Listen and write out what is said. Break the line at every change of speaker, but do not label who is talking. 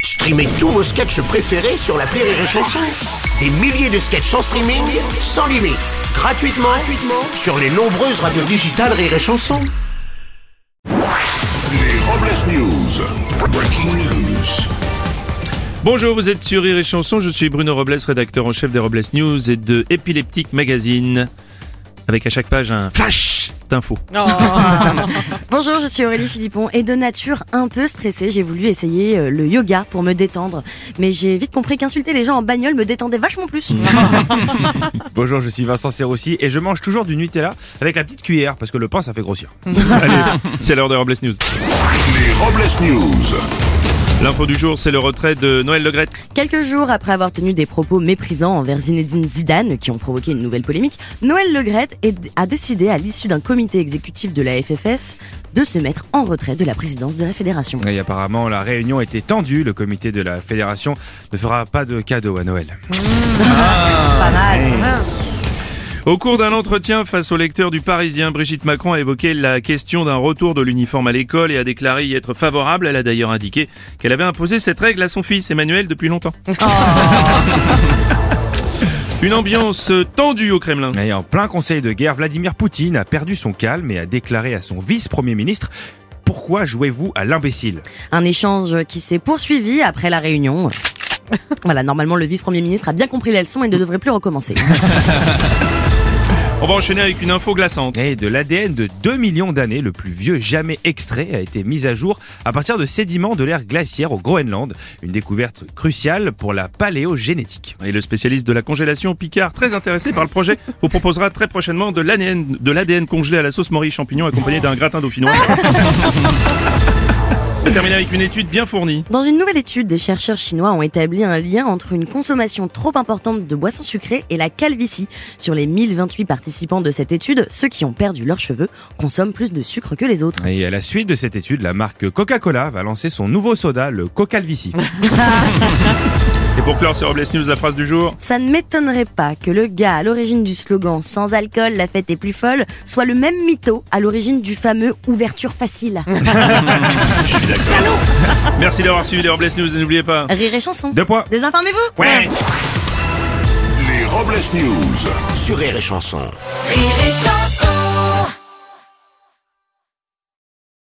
Streamez tous vos sketchs préférés sur la Rire et Chanson. Des milliers de sketchs en streaming, sans limite, gratuitement, gratuitement sur les nombreuses radios digitales Rire et Chanson.
Les Robles News. Breaking news.
Bonjour, vous êtes sur Rire et Chanson, je suis Bruno Robles, rédacteur en chef des Robles News et de Epileptic Magazine, avec à chaque page un flash d'infos.
Bonjour, je suis Aurélie Philippon et de nature un peu stressée, j'ai voulu essayer euh, le yoga pour me détendre. Mais j'ai vite compris qu'insulter les gens en bagnole me détendait vachement plus.
Bonjour, je suis Vincent Serroussi et je mange toujours du Nutella avec la petite cuillère parce que le pain ça fait grossir.
C'est l'heure de Robles News.
Les Robles News.
L'info du jour, c'est le retrait de Noël Legrette.
Quelques jours après avoir tenu des propos méprisants envers Zinedine Zidane, qui ont provoqué une nouvelle polémique, Noël Legrette est- a décidé, à l'issue d'un comité exécutif de la FFF, de se mettre en retrait de la présidence de la fédération.
Et apparemment, la réunion était tendue. Le comité de la fédération ne fera pas de cadeau à Noël.
Pas mal.
Au cours d'un entretien face au lecteur du Parisien, Brigitte Macron a évoqué la question d'un retour de l'uniforme à l'école et a déclaré y être favorable. Elle a d'ailleurs indiqué qu'elle avait imposé cette règle à son fils Emmanuel depuis longtemps. Une ambiance tendue au Kremlin.
Et en plein conseil de guerre, Vladimir Poutine a perdu son calme et a déclaré à son vice-premier ministre Pourquoi jouez-vous à l'imbécile
Un échange qui s'est poursuivi après la réunion. Voilà, normalement le vice-premier ministre a bien compris la leçon et ne devrait plus recommencer.
On va enchaîner avec une info glaçante.
Et de l'ADN de 2 millions d'années, le plus vieux jamais extrait, a été mis à jour à partir de sédiments de l'ère glaciaire au Groenland. Une découverte cruciale pour la paléogénétique.
Et le spécialiste de la congélation, Picard, très intéressé par le projet, vous proposera très prochainement de l'ADN, de l'ADN congelé à la sauce morille champignon accompagné d'un gratin dauphinois. On va terminer avec une étude bien fournie.
Dans une nouvelle étude, des chercheurs chinois ont établi un lien entre une consommation trop importante de boissons sucrées et la calvitie. Sur les 1028 participants de cette étude, ceux qui ont perdu leurs cheveux consomment plus de sucre que les autres.
Et à la suite de cette étude, la marque Coca-Cola va lancer son nouveau soda, le Cocalvici.
Et pour clore ce Robles News, la phrase du jour.
Ça ne m'étonnerait pas que le gars à l'origine du slogan Sans alcool, la fête est plus folle soit le même mytho à l'origine du fameux Ouverture facile. Salaud
Merci d'avoir suivi les Robles News et n'oubliez pas.
Rire et chanson.
Deux points.
Désinformez-vous
Les Robles News.
Sur Rire et Chanson.
Rire et chanson